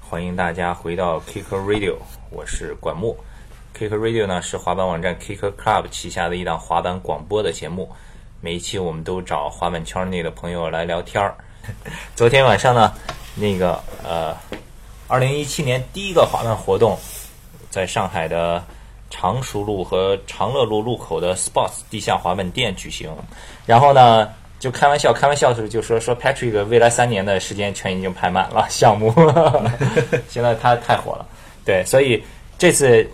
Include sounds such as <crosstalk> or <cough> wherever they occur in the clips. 欢迎大家回到 Kicker Radio，我是管木。Kicker Radio 呢是滑板网站 Kicker Club 旗下的一档滑板广播的节目，每一期我们都找滑板圈内的朋友来聊天儿。 <laughs> 昨天晚上呢，那个呃，二零一七年第一个滑板活动，在上海的常熟路和长乐路路口的 Sports 地下滑板店举行。然后呢，就开玩笑，开玩笑的时候就说说 Patrick 未来三年的时间全已经排满了 <laughs> 项目，现在他太火了，对，所以这次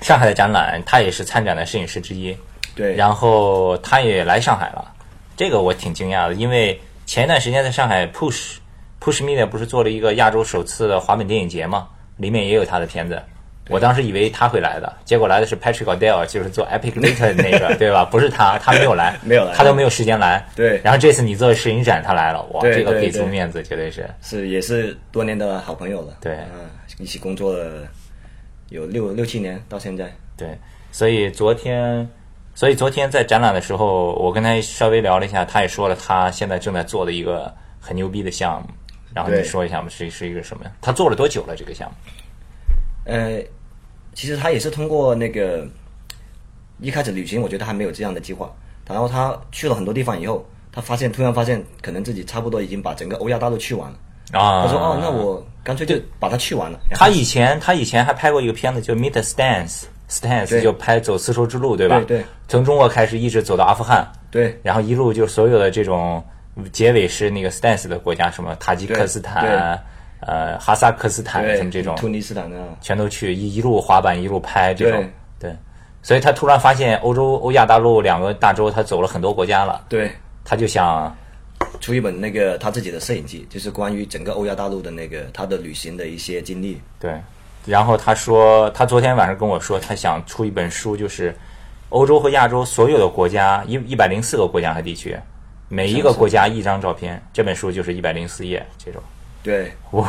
上海的展览他也是参展的摄影师之一，对，然后他也来上海了，这个我挺惊讶的，因为前一段时间在上海 Push Push Media 不是做了一个亚洲首次的滑板电影节嘛，里面也有他的片子。我当时以为他会来的，结果来的是 Patrick O'Dell，就是做 Epic Later <laughs> 那个，对吧？不是他，他没有来， <laughs> 没有来他都没有时间来。对然后这次你做摄影展，他来了，哇，对这个对给足对面子，绝对是。是也是多年的好朋友了。对啊，一起工作了有六六七年，到现在。对，所以昨天，所以昨天在展览的时候，我跟他稍微聊了一下，他也说了他现在正在做的一个很牛逼的项目，然后你对说一下嘛，是是一个什么呀？他做了多久了这个项目？呃，其实他也是通过那个一开始旅行，我觉得还没有这样的计划。然后他去了很多地方以后，他发现突然发现，可能自己差不多已经把整个欧亚大陆去完了。啊，他说：“哦，那我干脆就把它去完了。”他以前他以前还拍过一个片子，就《Meet the Stance》，Stance 对就拍走丝绸之路，对吧？对对从中国开始一直走到阿富汗，对然后一路就所有的这种结尾是那个 Stance 的国家，什么塔吉克斯对坦、呃哈萨克斯坦对什么这种，突尼斯坦啊，全都去一一路滑板一路拍这种，对。所以他突然发现欧洲、欧亚大陆两个大洲，他走了很多国家了，对，他就想，出一本那个他自己的摄影集，就是关于整个欧亚大陆的那个他的旅行的一些经历。对，然后他说，他昨天晚上跟我说，他想出一本书，就是欧洲和亚洲所有的国家，一一百零四个国家和地区，每一个国家一张照片，这本书就是一百零四页这种。对，哇，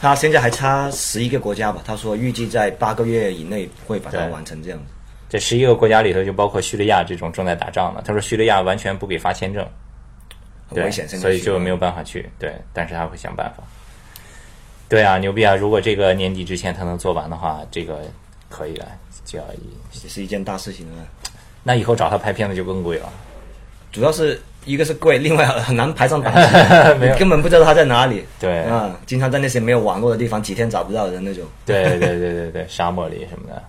他现在还差十一个国家吧？他说预计在八个月以内会把它对完成这样子。这十一个国家里头就包括叙利亚这种正在打仗的，他说叙利亚完全不给发签证，很对，危险，现在所以去就没有办法去。对，但是他会想办法。对啊，牛逼啊！如果这个年底之前他能做完的话，这个可以的，就要也是一件大事情了。那以后找他拍片子就更贵了。主要是一个是贵，另外很难排上档 <laughs> 期，没有你根本不知道他在哪里。对啊，经常在那些没有网络的地方，几天找不到人那种。对对对对对，沙漠里什么的。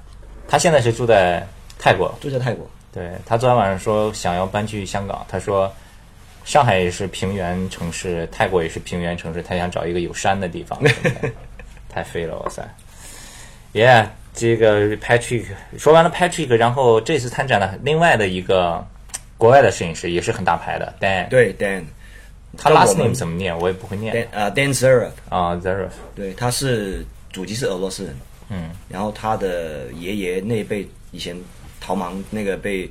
他现在是住在泰国，住在泰国，对他昨天晚上说想要搬去香港，他说上海也是平原城市，泰国也是平原城市，他想找一个有山的地 <laughs> 方，什么的太废了，哇塞！Yeah，这个 Patrick 说完了 Patrick，然后这次参展的另外的一个国外的摄影师也是很大牌的，但对 Dan，他但 last 我们 name 怎么念我也不会念 Dan 呃 Dan Zerov，啊，Zerov，对，他是祖籍是俄罗斯人，嗯，然后他的爷爷那一辈以前逃亡那个被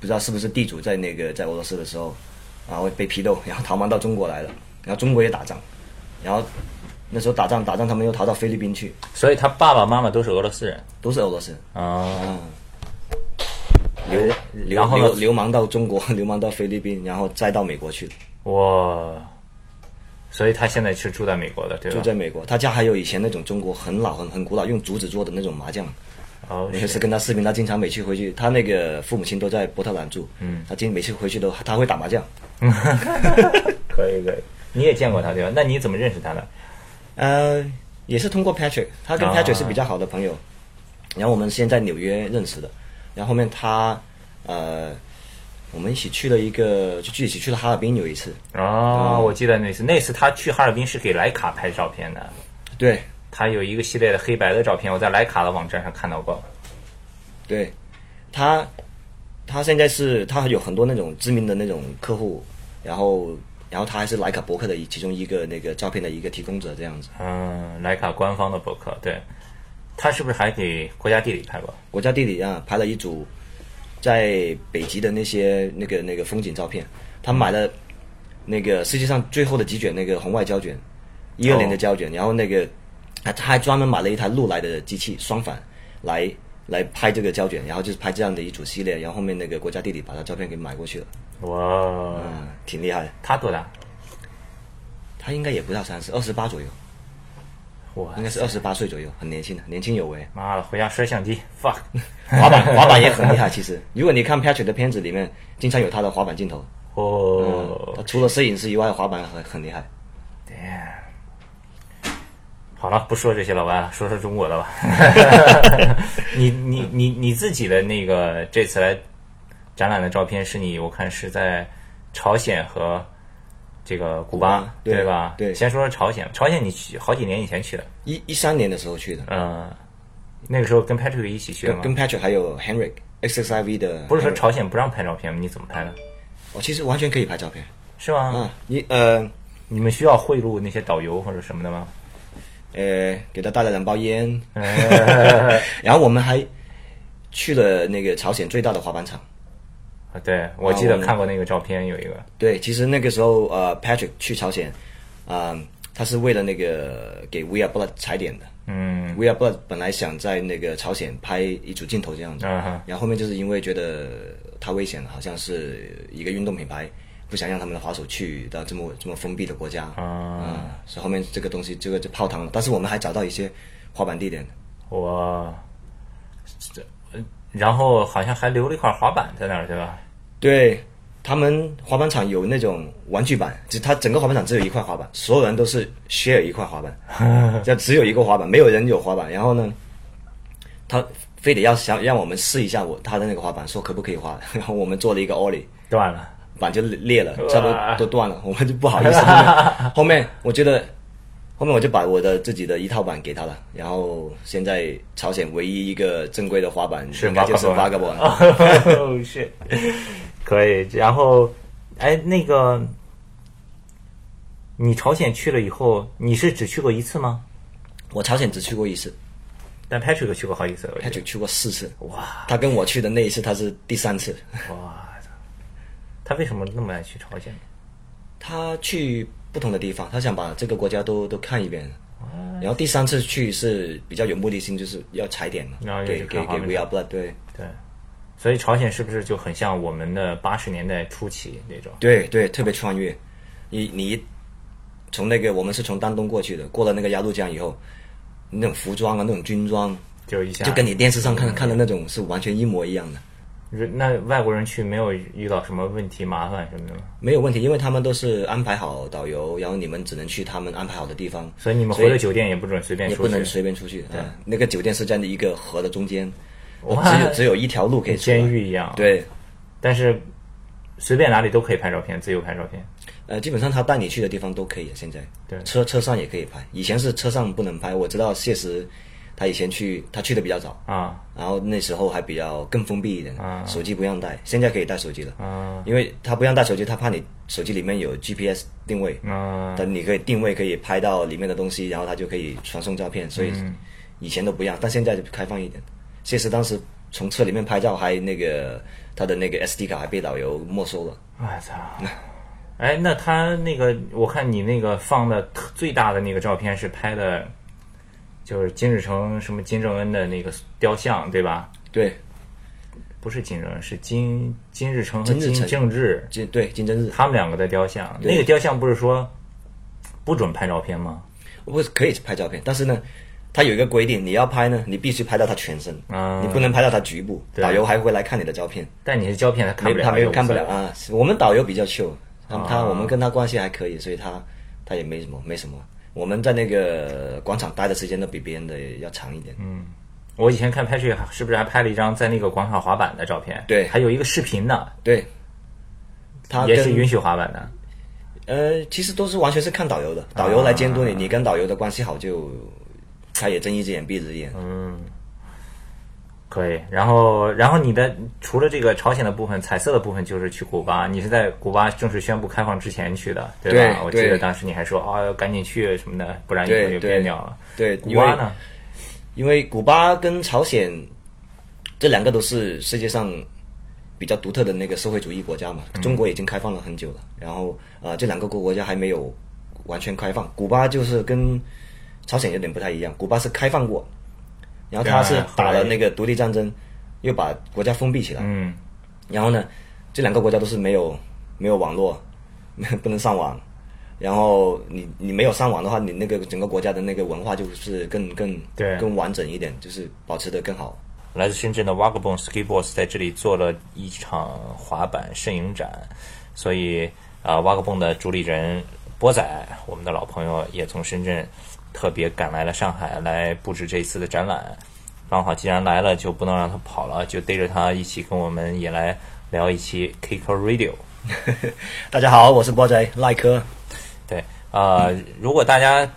不知道是不是地主在那个在俄罗斯的时候，然后被批斗，然后逃亡到中国来了，然后中国也打仗，然后那时候打仗打仗，他们又逃到菲律宾去，所以他爸爸妈妈都是俄罗斯人都是俄罗斯人。啊。嗯流然流后呢流流氓到中国， <laughs> 流氓到菲律宾，然后再到美国去，哇，所以他现在是住在美国的，对就吧？在美国。他家还有以前那种中国很老很很古老用竹子做的那种麻将。哦，每次跟他视频，他经常每次回去，他那个父母亲都在波特兰住，嗯，他经每次回去都他会打麻将。可以可以，你也见过他对吧？那你怎么认识他的？呃，也是通过 Patrick，他跟啊 Patrick 是比较好的朋友，然后我们先在纽约认识的，然后后面他呃，我们一起去了一个，就一起去了哈尔滨有一次，哦，我记得那次，那次他去哈尔滨是给莱卡拍照片的，对他有一个系列的黑白的照片，我在莱卡的网站上看到过。对，他他现在是他有很多那种知名的那种客户，然后然后他还是莱卡博客的一其中一个那个照片的一个提供者这样子。嗯，莱卡官方的博客，对，他是不是还给国家地理拍过？国家地理啊拍了一组在北极的那些那个那个风景照片。他买了那个世界上最后的几卷那个红外胶卷，一二年的胶卷，然后那个还他还专门买了一台禄来的机器双反来来拍这个胶卷，然后就是拍这样的一组系列，然后后面那个国家地理把他照片给买过去了，哇，嗯，挺厉害的。他多大？他应该也不到三十，二十八左右。我应该是二十八岁左右，很年轻的，年轻有为。妈的，回家摔相机，fuck，滑板，滑 <laughs> 板也很厉害。其实，如果你看 Patrick 的片子里面，经常有他的滑板镜头。哦他呃除了摄影师以外，滑板很很厉害。 ，damn。好了，不说这些老外了，说说中国 <laughs> 的吧。你你你你自己的那个这次来展览的照片是你，我看是在朝鲜和这个古巴，古巴对吧？对先说说朝鲜，朝鲜你去好几年以前去的，一一三年的时候去的，嗯、那个时候跟 Patrick 一起去的跟吗？跟 Patrick 还有 Henrik XXIV 的 Henrik。不是说朝鲜不让拍照片吗？你怎么拍的？我其实完全可以拍照片。是吗？啊，你呃你们需要贿赂那些导游或者什么的吗？呃，给他带了两包烟，哎 <laughs> 然后我们还去了那个朝鲜最大的滑板场。啊，对，我记得看过那个照片，有一个对，其实那个时候呃，Patrick 去朝鲜，啊、他是为了那个给 We Are Blood 踩点的。嗯，We Are Blood 本来想在那个朝鲜拍一组镜头这样子，嗯哼然后后面就是因为觉得太危险了，好像是一个运动品牌，不想让他们的滑手去到这么这么封闭的国家，啊、所以后面这个东西这个就泡汤了。但是我们还找到一些滑板地点，我，这呃然后好像还留了一块滑板在那儿，对吧？对他们滑板场有那种玩具板，只它整个滑板场只有一块滑板，所有人都是 share 一块滑板， <laughs> 就只有一个滑板，没有人有滑板。然后呢，他非得要想让我们试一下我他的那个滑板，说可不可以滑？ <laughs> 然后我们做了一个 ollie，断了，板就裂了哇，差不多都断了， <laughs> 我们就不 <laughs> 好意思。后面后面我觉得，后面我就把我的自己的一套板给他了，然后现在朝鲜唯一一个正规的滑板是应该就是 Vagabond Vagabond。哦，是， <laughs> 可以。然后，哎，那个，你朝鲜去了以后，你是只去过一次吗？我朝鲜只去过一次，但 Patrick 去过好几次，我记他得只去过四次。哇他跟我去的那一次，他是第三次。哇，他为什么那么爱去朝鲜呢？他去不同的地方，他想把这个国家都都看一遍。哦然后第三次去是比较有目的性，就是要踩点嘛然后，也给啊去给看给滑 We 板 Are Blood 对对，所以朝鲜是不是就很像我们的八十年代初期那种？对对，特别穿越。你你一从那个我们是从丹东过去的，过了那个鸭绿江以后，那种服装啊，那种军装，就一下就跟你电视上看看的那种是完全一模一样的，那外国人去没有遇到什么问题、麻烦什么的吗？没有问题，因为他们都是安排好导游，然后你们只能去他们安排好的地方。所以你们回了酒店也不准随便也出不能去，随便出去。对、那个酒店是在一个河的中间，哇只有只有一条路可以出来监。狱一样。，对，但是随便哪里都可以拍照片，自由拍照片。呃，基本上他带你去的地方都可以。现在对车车上也可以拍，以前是车上不能拍。我知道谢石，他以前去他去的比较早，啊然后那时候还比较更封闭一点，手机不让带，现在可以带手机了。啊因为他不让带手机，他怕你手机里面有 GPS 定位，啊！但你可以定位，可以拍到里面的东西，然后它就可以传送照片。所以嗯以前都不一样，但现在就开放一点。谢实当时从车里面拍照，还那个他的那个 SD 卡还被导游没收了。我操！哎，那他那个，我看你那个放的特最大的那个照片是拍的，就是金日成什么金正恩的那个雕像，对吧？对，不是金正恩，是金金日成和金日金成正日。金对金正日，他们两个的雕像，那个雕像不是说不准拍照片吗？不是可以拍照片，但是呢，他有一个规定，你要拍呢，你必须拍到他全身，啊你不能拍到他局部。导游还会来看你的照片，但你是胶片，他看不了，啊他没有看不也了无所谓。啊。是我们导游比较秀，他他我们跟他关系还可以，所以他他也没什么没什么。我们在那个广场待的时间都比别人的要长一点。嗯，我以前看 Patrick 是不是还拍了一张在那个广场滑板的照片？对还有一个视频呢，对，他也是跟允许滑板的。呃，其实都是完全是看导游的，导游来监督你，啊你跟导游的关系好就，他也睁一只眼闭一只眼。嗯可以，然后，然后你的除了这个朝鲜的部分，彩色的部分就是去古巴。你是在古巴正式宣布开放之前去的，对吧？对我记得对当时你还说啊、要赶紧去什么的，不然以对后就对变掉了。对，古因为巴呢？因为古巴跟朝鲜这两个都是世界上比较独特的那个社会主义国家嘛，嗯中国已经开放了很久了，然后呃这两个国国家还没有完全开放，古巴就是跟朝鲜有点不太一样，古巴是开放过，然后他对是啊打后来了那个独立战争，又把国家封闭起来，嗯， <laughs> 然后呢，这两个国家都是没有没有网络，不能上网，然后你你没有上网的话，你那个整个国家的那个文化就是更更对更完整一点，就是保持的更好。 <laughs> 来自深圳的 Vagabond Ski Boss 在这里做了一场滑板摄影展，所以啊、v a g a b o n d 的主理人波仔，我们的老朋友，也从深圳特别赶来了上海来布置这次的展览。刚好既然来了，就不能让他跑了，就逮着他一起跟我们也来聊一期 Kicker Radio。大家好，我是波仔赖科，对，呃，如果大家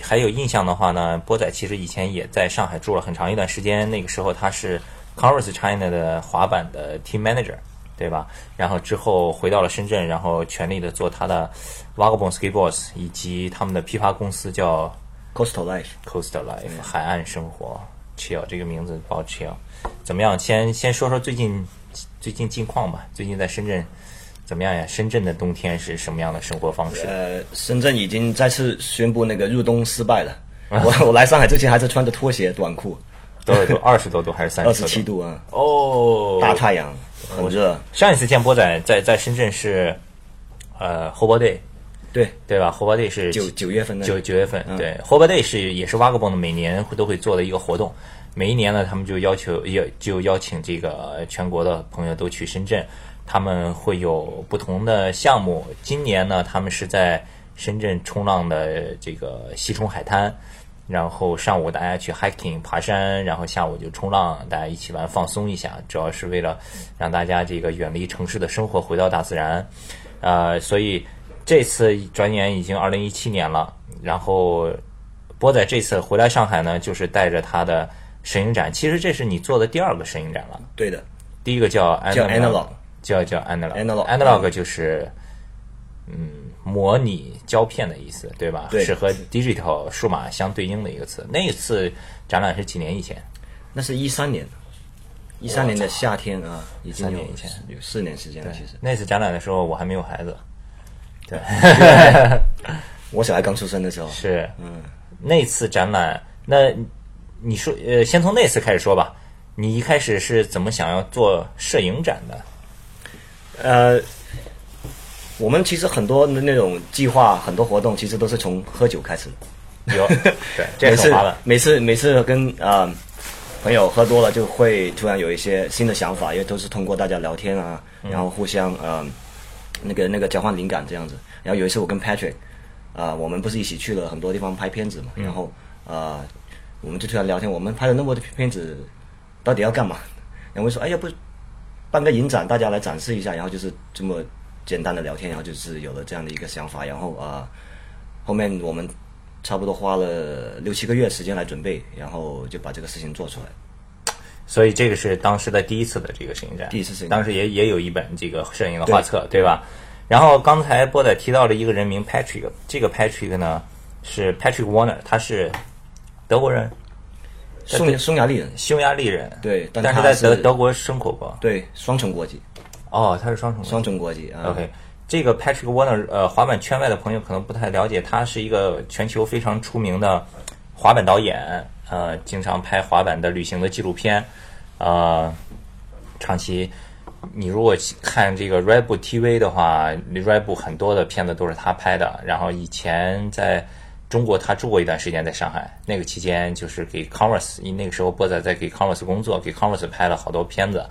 还有印象的话呢，波仔其实以前也在上海住了很长一段时间，那个时候他是 Converse China 的滑板的 Team Manager，对吧？然后之后回到了深圳，然后全力的做他的 Vagabond Ski Boss 以及他们的批发公司叫 Coastal Life。 Coast Life 海岸生活 Chill 这个名字包 Chill 怎么样？先先说说最近最近近况吧，最近在深圳怎么样呀？深圳的冬天是什么样的生活方式？呃，深圳已经再次宣布那个入冬失败了。 <laughs> 我我来上海之前还是穿着拖鞋短裤，多少度？二十多度还是三二十十多七度？度啊，哦，大太阳，很热。上一次见波仔在在深圳是，呃，Hobo Day 对，对吧？Hobo Day 是九九月份那九九月份，对，Hobo Day 是也是 Vagabond 每年会都会做的一个活动。每一年呢，他们就要求也就邀请这个呃全国的朋友都去深圳，他们会有不同的项目。今年呢，他们是在深圳冲浪的这个西冲海滩，然后上午大家去 hiking 爬山，然后下午就冲浪，大家一起玩放松一下，主要是为了让大家这个远离城市的生活，回到大自然。呃，所以这次转眼已经二零一七年了，然后波仔这次回来上海呢，就是带着他的摄影展，其实这是你做的第二个摄影展了，对的，第一个叫 analog，叫 Analog 叫叫 analog Analog， analog 就是嗯模拟胶片的意思，对吧？对是和 digital 数码相对应的一个词。那一次展览是几年以前？那是一三年，一三年的夏天啊，已经有三年以前有四年时间了。其实那次展览的时候我还没有孩子，我小孩刚出生的时候，是，嗯，那次展览，那你说，呃，先从那次开始说吧。你一开始是怎么想要做摄影展的？呃，我们其实很多的那种计划，很多活动其实都是从喝酒开始的。 <laughs> 有，对，这每是次滑板，每次每次跟啊、呃朋友喝多了，就会突然有一些新的想法，因为都是通过大家聊天啊，然后互相呃那个那个交换灵感这样子。然后有一次我跟 Patrick 啊、我们不是一起去了很多地方拍片子嘛，然后啊、呃我们就突然聊天，我们拍了那么多片子，到底要干嘛？ <laughs> 然后我就说，哎，要不办个影展，大家来展示一下，然后就是这么简单的聊天，然后就是有了这样的一个想法，然后啊、后面我们差不多花了六七个月时间来准备，然后就把这个事情做出来。所以这个是当时的第一次的这个摄影展，第一次摄影展当时也也有一本这个摄影的画册，对吧？然后刚才波仔提到了一个人名 Patrick，这个 Patrick 呢是 Patrick Warner，他是德国人，匈牙匈牙利人，匈牙利人，对但但是他在是德德国生活过。对，双重国籍，哦，他是双重国籍双重国籍啊。 OK，这个 Patrick Warner，呃，滑板圈外的朋友可能不太了解，他是一个全球非常出名的滑板导演，呃，经常拍滑板的旅行的纪录片，呃，长期。你如果看这个 Red Bull TV 的话，Red Bull 很多的片子都是他拍的。然后以前在中国，他住过一段时间在上海，那个期间就是给 Converse，因那个时候波仔在给 Converse 工作，给 Converse 拍了好多片子。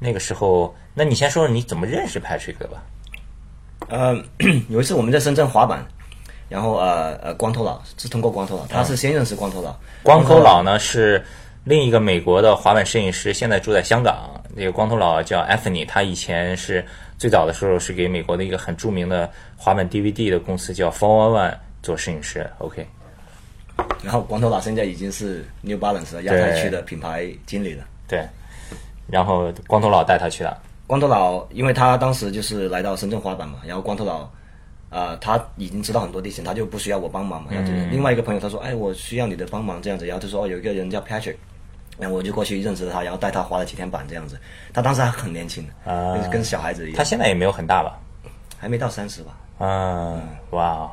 那个时候，那你先说说你怎么认识 Patrick 的吧？呃，有一次我们在深圳滑板，然后呃呃，光头佬是通过光头佬，他是先认识光头佬，光头佬呢是另一个美国的滑板摄影师，现在住在香港。这个光头佬叫 Anthony，他以前是最早的时候是给美国的一个很著名的滑板 DVD 的公司叫 Four One One 做摄影师。OK，然后光头佬现在已经是 New Balance 的亚太区的品牌经理了。对，然后光头佬带他去的。光头佬，因为他当时就是来到深圳滑板嘛，然后光头佬，呃，他已经知道很多地形，他就不需要我帮嗯忙嘛。然后就是另外一个朋友他说，哎，我需要你的帮忙这样子，然后就说哦，有一个人叫 Patrick，然后我就过去认识了他，然后带他滑了几天板这样子。他当时还很年轻，啊跟跟小孩子一他样，现在也没有很大吧？还没到三十吧。嗯，哇、哦。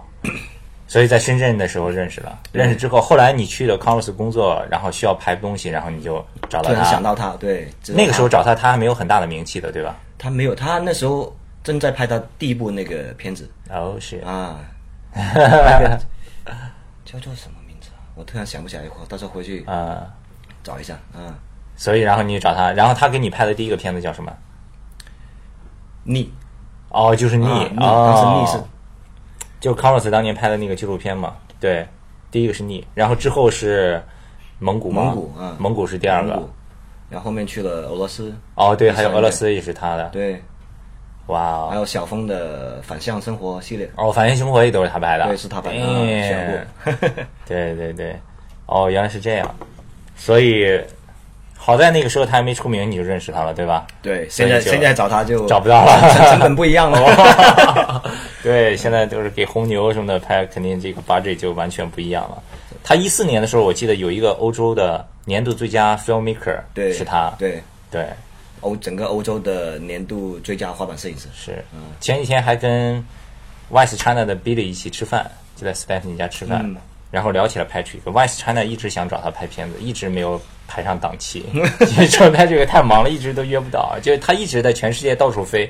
所以在深圳的时候认识了，认识之后，后来你去了 Converse 工作，然后需要拍东西，然后你就找突到然他想。到他，对，知道那个时候他找他，他还没有很大的名气的，对吧？他没有，他那时候正在拍他第一部那个片子 <laughs> 哦，是。啊，那个叫做什么名字啊？我突然想不起来一会儿，到时候回去啊。找一下。嗯，所以，然后你找他，然后他给你拍的第一个片子叫什么？逆哦，就是逆，啊逆，哦当时逆是就 Carlos 当年拍的那个纪录片嘛。对，第一个是逆，然后之后是蒙古吗，蒙古嗯蒙古是第二蒙个古。，然后后面去了俄罗斯，哦，对，第还三有个俄罗斯也是他的。对，哇哦还，有小峰的反向生活系列，哦，反向生活也都是他拍的，对，是他拍的，哎嗯选过。对对对，哦，原来是这样，所以好在那个时候他还没出名，你就认识他了，对吧？ <laughs> 对，现在所以就现在找他就找不到哦了 <laughs> 成成本不一 <laughs> 样了。对，现在就是给红牛什么的拍，肯定这个 budget 就完全不一样了。他一四年的时候，我记得有一个欧洲的年度最佳 filmmaker，对，是他，对，对欧整个欧洲的年度最佳滑板摄影师。是。前几天还跟 Vice China 的 Billy 一起吃饭，就在 Stephanie 家吃饭，嗯然后聊起了 Patrick。Vice China 一直想找他拍片子，一直没有排上档 <laughs> 期，因为说 Patrick 太忙了，一直都约不到。就是他一直在全世界到处飞。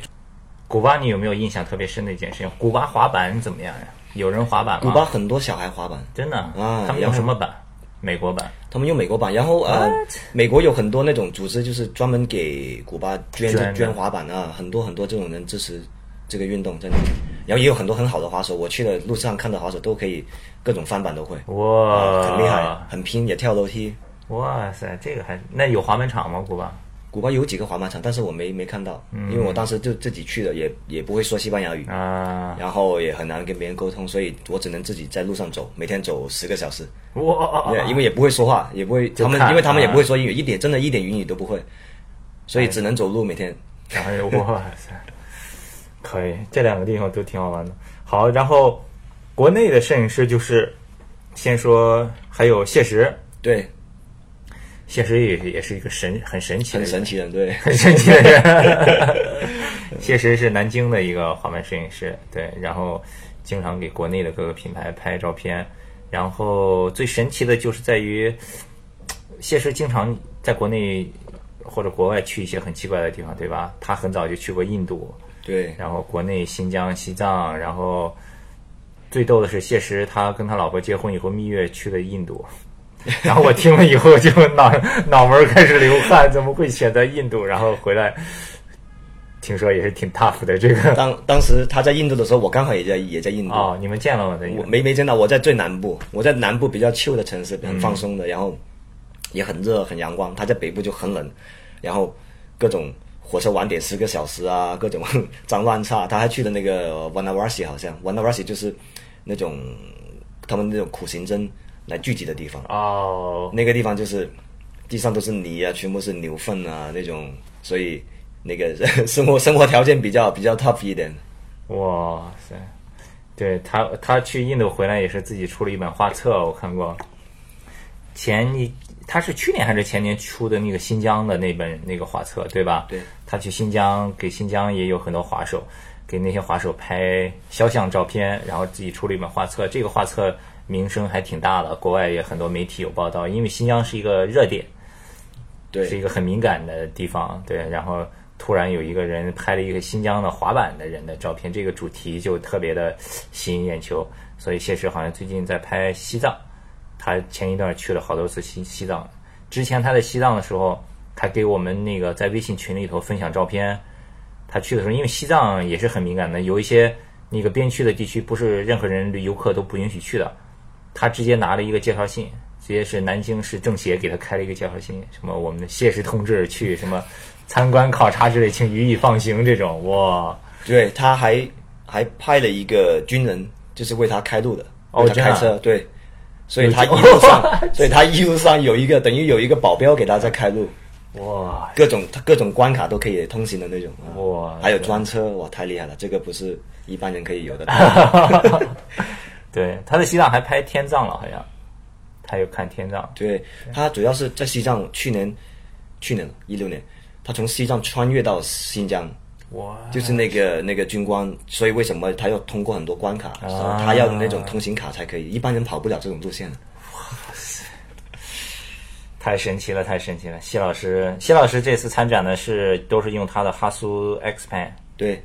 古巴，你有没有印象特别深的一件事情？古巴滑板怎么样呀？有人滑板吗？古巴很多小孩滑板，真的啊他们然用后什么版？美国版他们用美国版，然后呃，美国有很多那种组织，就是专门给古巴捐捐的捐滑板啊，很多很多这种人支持这个运动在那里。然后也有很多很好的滑手，我去了路上看到滑手都可以各种翻板都会，哇很厉害，很拼，也跳楼梯。哇塞，这个还那有滑板场吗？古巴？古巴有几个滑板场，但是我没没看到，嗯因为我当时就自己去的，也也不会说西班牙语，啊，然后也很难跟别人沟通，所以我只能自己在路上走，每天走十个小时。哇，对，因为也不会说话，也不会就他们看，因为他们也啊不会说英语，一点真的一点英语都不会，所以只能走路每天。哎呦哇塞，可以，这两个地方都挺好玩的。好，然后国内的摄影师就是先说，还有谢石，对，谢石也也是一个神很神奇的很人，神奇的，对，很神奇的人。谢石是南京的一个滑板摄影师，对，然后经常给国内的各个品牌拍照片。然后最神奇的就是在于，谢石经常在国内或者国外去一些很奇怪的地方，对吧？他很早就去过印度，对，然后国内新疆、西藏，然后最逗的是谢石，他跟他老婆结婚以后蜜月去了印度， <laughs> 然后我听了以后就脑脑门儿开始流汗，怎么会选择印度？然后回来听说也是挺 tough 的这 <laughs> 个当当时他在印度的时候，我刚好也在也在印度，哦，你们见了吗？在印我度没没见到，我在最南部，我在南部比较 chill 的城市，嗯很放松的，然后也很热很阳光，他在北部就很冷，然后各种。火车晚点十个小时啊，各种 <laughs> 脏乱差。他还去了那个 Vanavasi，好像 Vanavasi 就是那种他们那种苦行僧来聚集的地方。哦，那个地方就是地上都是泥啊，全部是牛粪啊那种，所以那个 <laughs> 生活生活条件比较比较 tough 一点。哇塞！对他，他去印度回来也是自己出了一本画册，我看过。前一他是去年还是前年出的那个新疆的那本那个画册，对吧？对。他去新疆，给新疆也有很多滑手，给那些滑手拍肖像照片，然后自己出了一本画册。这个画册名声还挺大的，国外也很多媒体有报道，因为新疆是一个热点，是一对个很敏感的地方，对。然后突然有一个人拍了一个新疆的滑板的人的照片，这个主题就特别的吸引眼球。所以谢石好像最近在拍西藏，他前一段去了好多次西西藏。之前他在西藏的时候，还给我们那个在微信群里头分享照片。他去的时候，因为西藏也是很敏感的，有一些那个边区的地区，不是任何人游客都不允许去的。他直接拿了一个介绍信，直接是南京市政协给他开了一个介绍信，什么我们的谢石同志去什么参观考察之类，请予以放行这种，哇，对，他还还派了一个军人，就是为他开路的，哦为他这样开啊车。对，所以他一路上， <laughs> 所以他一路上有一个等于有一个保镖给他在开路，哇， <laughs> 各种他各种关卡都可以通行的那种。哎哇还有专车，哇，太厉害了，这个不是一般人可以有 <laughs> 的。对，他在西藏还拍天葬了，好像他有看天葬，对，他主要是在西藏，去年，去年一六年，他从西藏穿越到新疆，哇，就是那个那个军官，所以为什么他要通过很多关卡，啊他要那种通行卡才可以，一般人跑不了这种路线的。太神奇了，太神奇了！谢老师，谢老师这次参展呢是都是用他的哈苏 X Pen。对，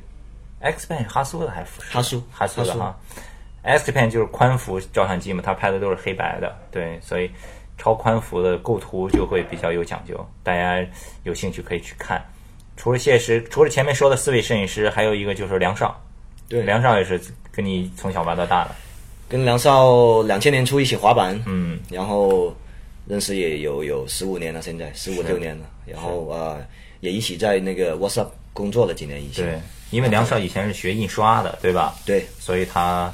X Pen 哈苏的还是富士哈苏哈苏的哈哈。 X Japan 就是宽幅照相机嘛，它拍的都是黑白的，对，所以超宽幅的构图就会比较有讲究，大家有兴趣可以去看。除了谢石，除了前面说的四位摄影师，还有一个就是梁少，对梁少也是跟你从小玩到大的，跟梁少两千年初一起滑板，嗯，然后认识也有有十五年了，现在十五六年了，然后呃也一起在那个 WhatsApp 工作了几年以前，对，因为梁少以前是学印刷的，对吧？对所以他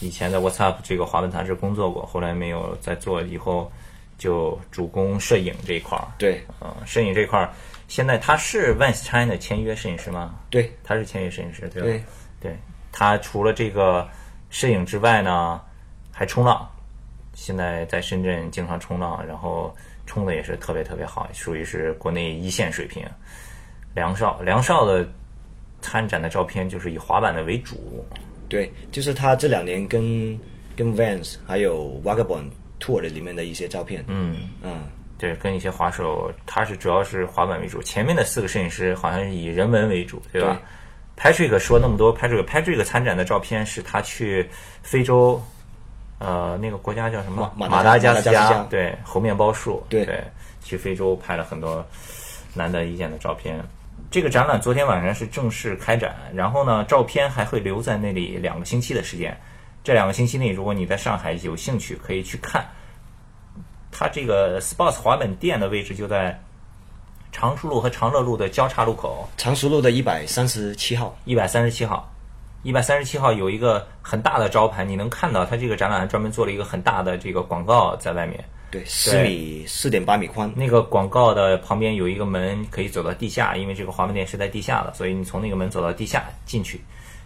以前在 WhatsApp 这个华文杂志工作过，后来没有再做，以后就主攻摄影这一块儿。对嗯，摄影这块儿，现在他是 Vans China 签约摄影师吗？对他是签约摄影师，对吧？对对他除了这个摄影之外呢，还冲浪，现在在深圳经常冲浪，然后冲的也是特别特别好，属于是国内一线水平。梁少，梁少的参展的照片就是以滑板的为主，对，就是他这两年跟跟 Vans 还有 Vagabond Tour 的里面的一些照片，嗯嗯对，跟一些滑手，他是主要是滑板为主。前面的四个摄影师好像是以人文为主，对吧？Patrick 说那么多，Patrick，Patrick 参展的照片是他去非洲，呃，那个国家叫什么？马马马达加加斯斯加对，猴面包树，对去非洲拍了很多难得一见的照片。这个展览昨天晚上是正式开展，然后呢，照片还会留在那里两个星期的时间。这两个星期内，如果你在上海有兴趣，可以去看。它这个 Sports 滑板店的位置就在长春路和长乐路的交叉路口，常熟路的一百三十七号，一百三十七号。一百三十七号有一个很大的招牌，你能看到它这个展览还专门做了一个很大的这个广告在外面。对，四米四点八米宽，那个广告的旁边有一个门，可以走到地下，因为这个华文店是在地下的，所以你从那个门走到地下进去，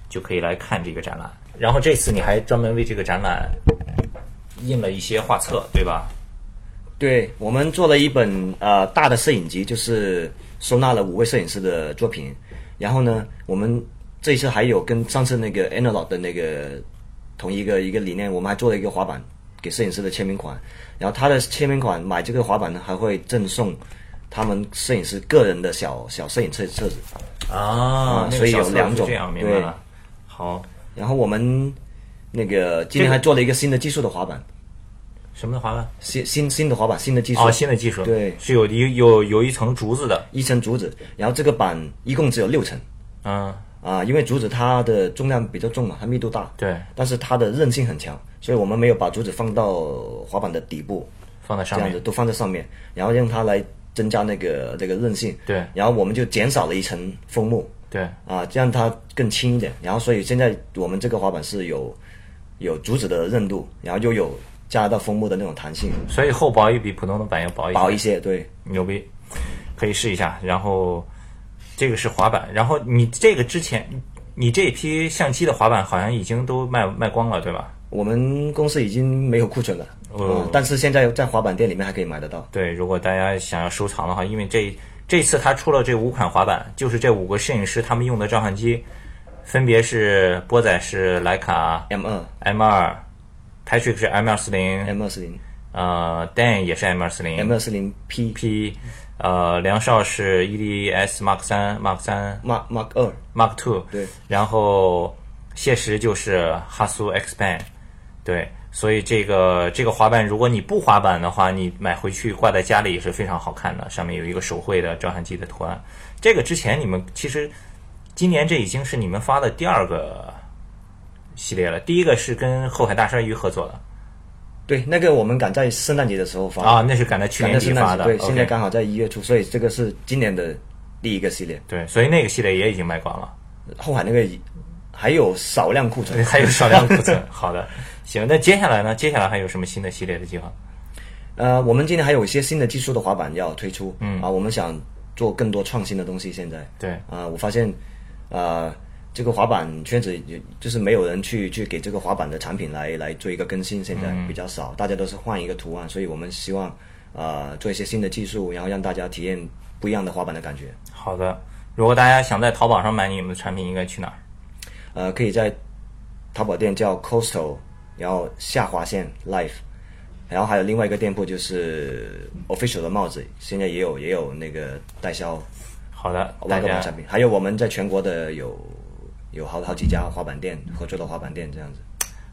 就可以来看这个展览。然后这次你还专门为这个展览印了一些画册，对吧？对我们做了一本呃大的摄影集，就是收纳了五位摄影师的作品。然后呢，我们这一次还有跟上次那个 Analog 的那个同一个一个理念，我们还做了一个滑板给摄影师的签名款。然后他的签名款买这个滑板呢，还会赠送他们摄影师个人的小小摄影册册子。啊嗯那个所以小有册子两是种这样明白对了。好，然后我们那个这今天个还做了一个新的技术的滑板，什么的滑板？新新新的滑板，新的技术哦，新的技术对是有一有有一层竹子的，一层竹子。然后这个板一共只有六层。嗯，啊，因为竹子它的重量比较重嘛，它密度大，对，但是它的韧性很强，所以我们没有把竹子放到滑板的底部，放在这上样子面，都放在上面，然后让它来增加那个这个韧性。对然后我们就减少了一层枫木对，啊，这样它更轻一点。然后所以现在我们这个滑板是有有竹子的韧度，然后又有加到枫木的那种弹性，所以厚薄也比普通的板要薄一些薄一些。对，牛逼，可以试一下。然后这个是滑板，然后你这个之前你这批相机的滑板好像已经都卖卖光了，对吧？我们公司已经没有库存了，哦嗯但是现在在滑板店里面还可以买得到。对，如果大家想要收藏的话，因为这这次他出了这五款滑板，就是这五个摄影师他们用的照相机，分别是波仔是徕卡 M 二 M 二，Patrick 是 M 二四零， M 二四零呃，Dan 也是 M 二四零 M 二四零 P P，呃，梁少是 EDS Mark 三 Mark 三 Mark Mark 二 Mark Two，对，然后谢石就是哈苏 X Band，对，所以这个这个滑板，如果你不滑板的话，你买回去挂在家里也是非常好看的，上面有一个手绘的照相机的图案。这个之前你们其实今年这已经是你们发的第二个系列了，第一个是跟后海大鲨鱼合作的对，那个我们赶在圣诞节的时候发，啊，那是赶在去赶年在底圣发诞的，节，对，现在 OK 刚好在一月初，所以这个是今年的第一个系列。对，所以那个系列也已经卖光了。 <laughs> 后海那个还有少量库存，还有少量库 <laughs> 存。好的，行，那接下来呢？接下来还有什么新的系列的计划？呃，我们今年还有一些新的技术的滑板要推出，嗯啊，我们想做更多创新的东西。现在对，啊，我发现，呃，这个滑板圈子也就是没有人去去给这个滑板的产品来来做一个更新，现在比较少，大家都是换一个图案，所以我们希望呃做一些新的技术，然后让大家体验不一样的滑板的感觉。好的。如果大家想在淘宝上买你们的产品，应该去哪儿？呃，可以在淘宝店叫 Coastal，然后下划线 Life，然后还有另外一个店铺就是 Official 的帽子，现在也有也有那个代销好的，滑大板家产品，还有我们在全国的有有好好几家滑板店合作的滑板店这样子。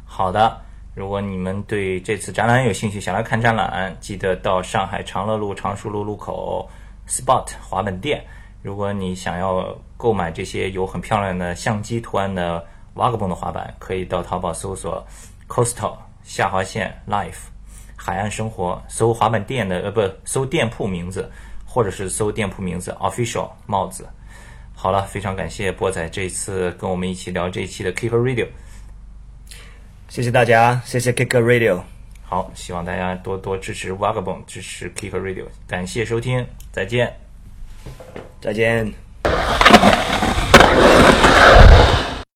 好的，如果你们对这次展览有兴趣，想来看展览，记得到上海长乐路常熟路路口 Spot 滑板店。如果你想要购买这些有很漂亮的相机图案的 Vagabond 的滑板，可以到淘宝搜索 Coastal 下划线 Life 海岸生活，搜滑板店的呃不搜店铺名字，或者是搜店铺名字 Official 帽子。好了，非常感谢波仔这次跟我们一起聊这一期的 Kicker Radio。谢谢大家，谢谢 Kicker Radio，好，希望大家多多支持 Vagabond，支持 Kicker Radio，感谢收听，再见。再见。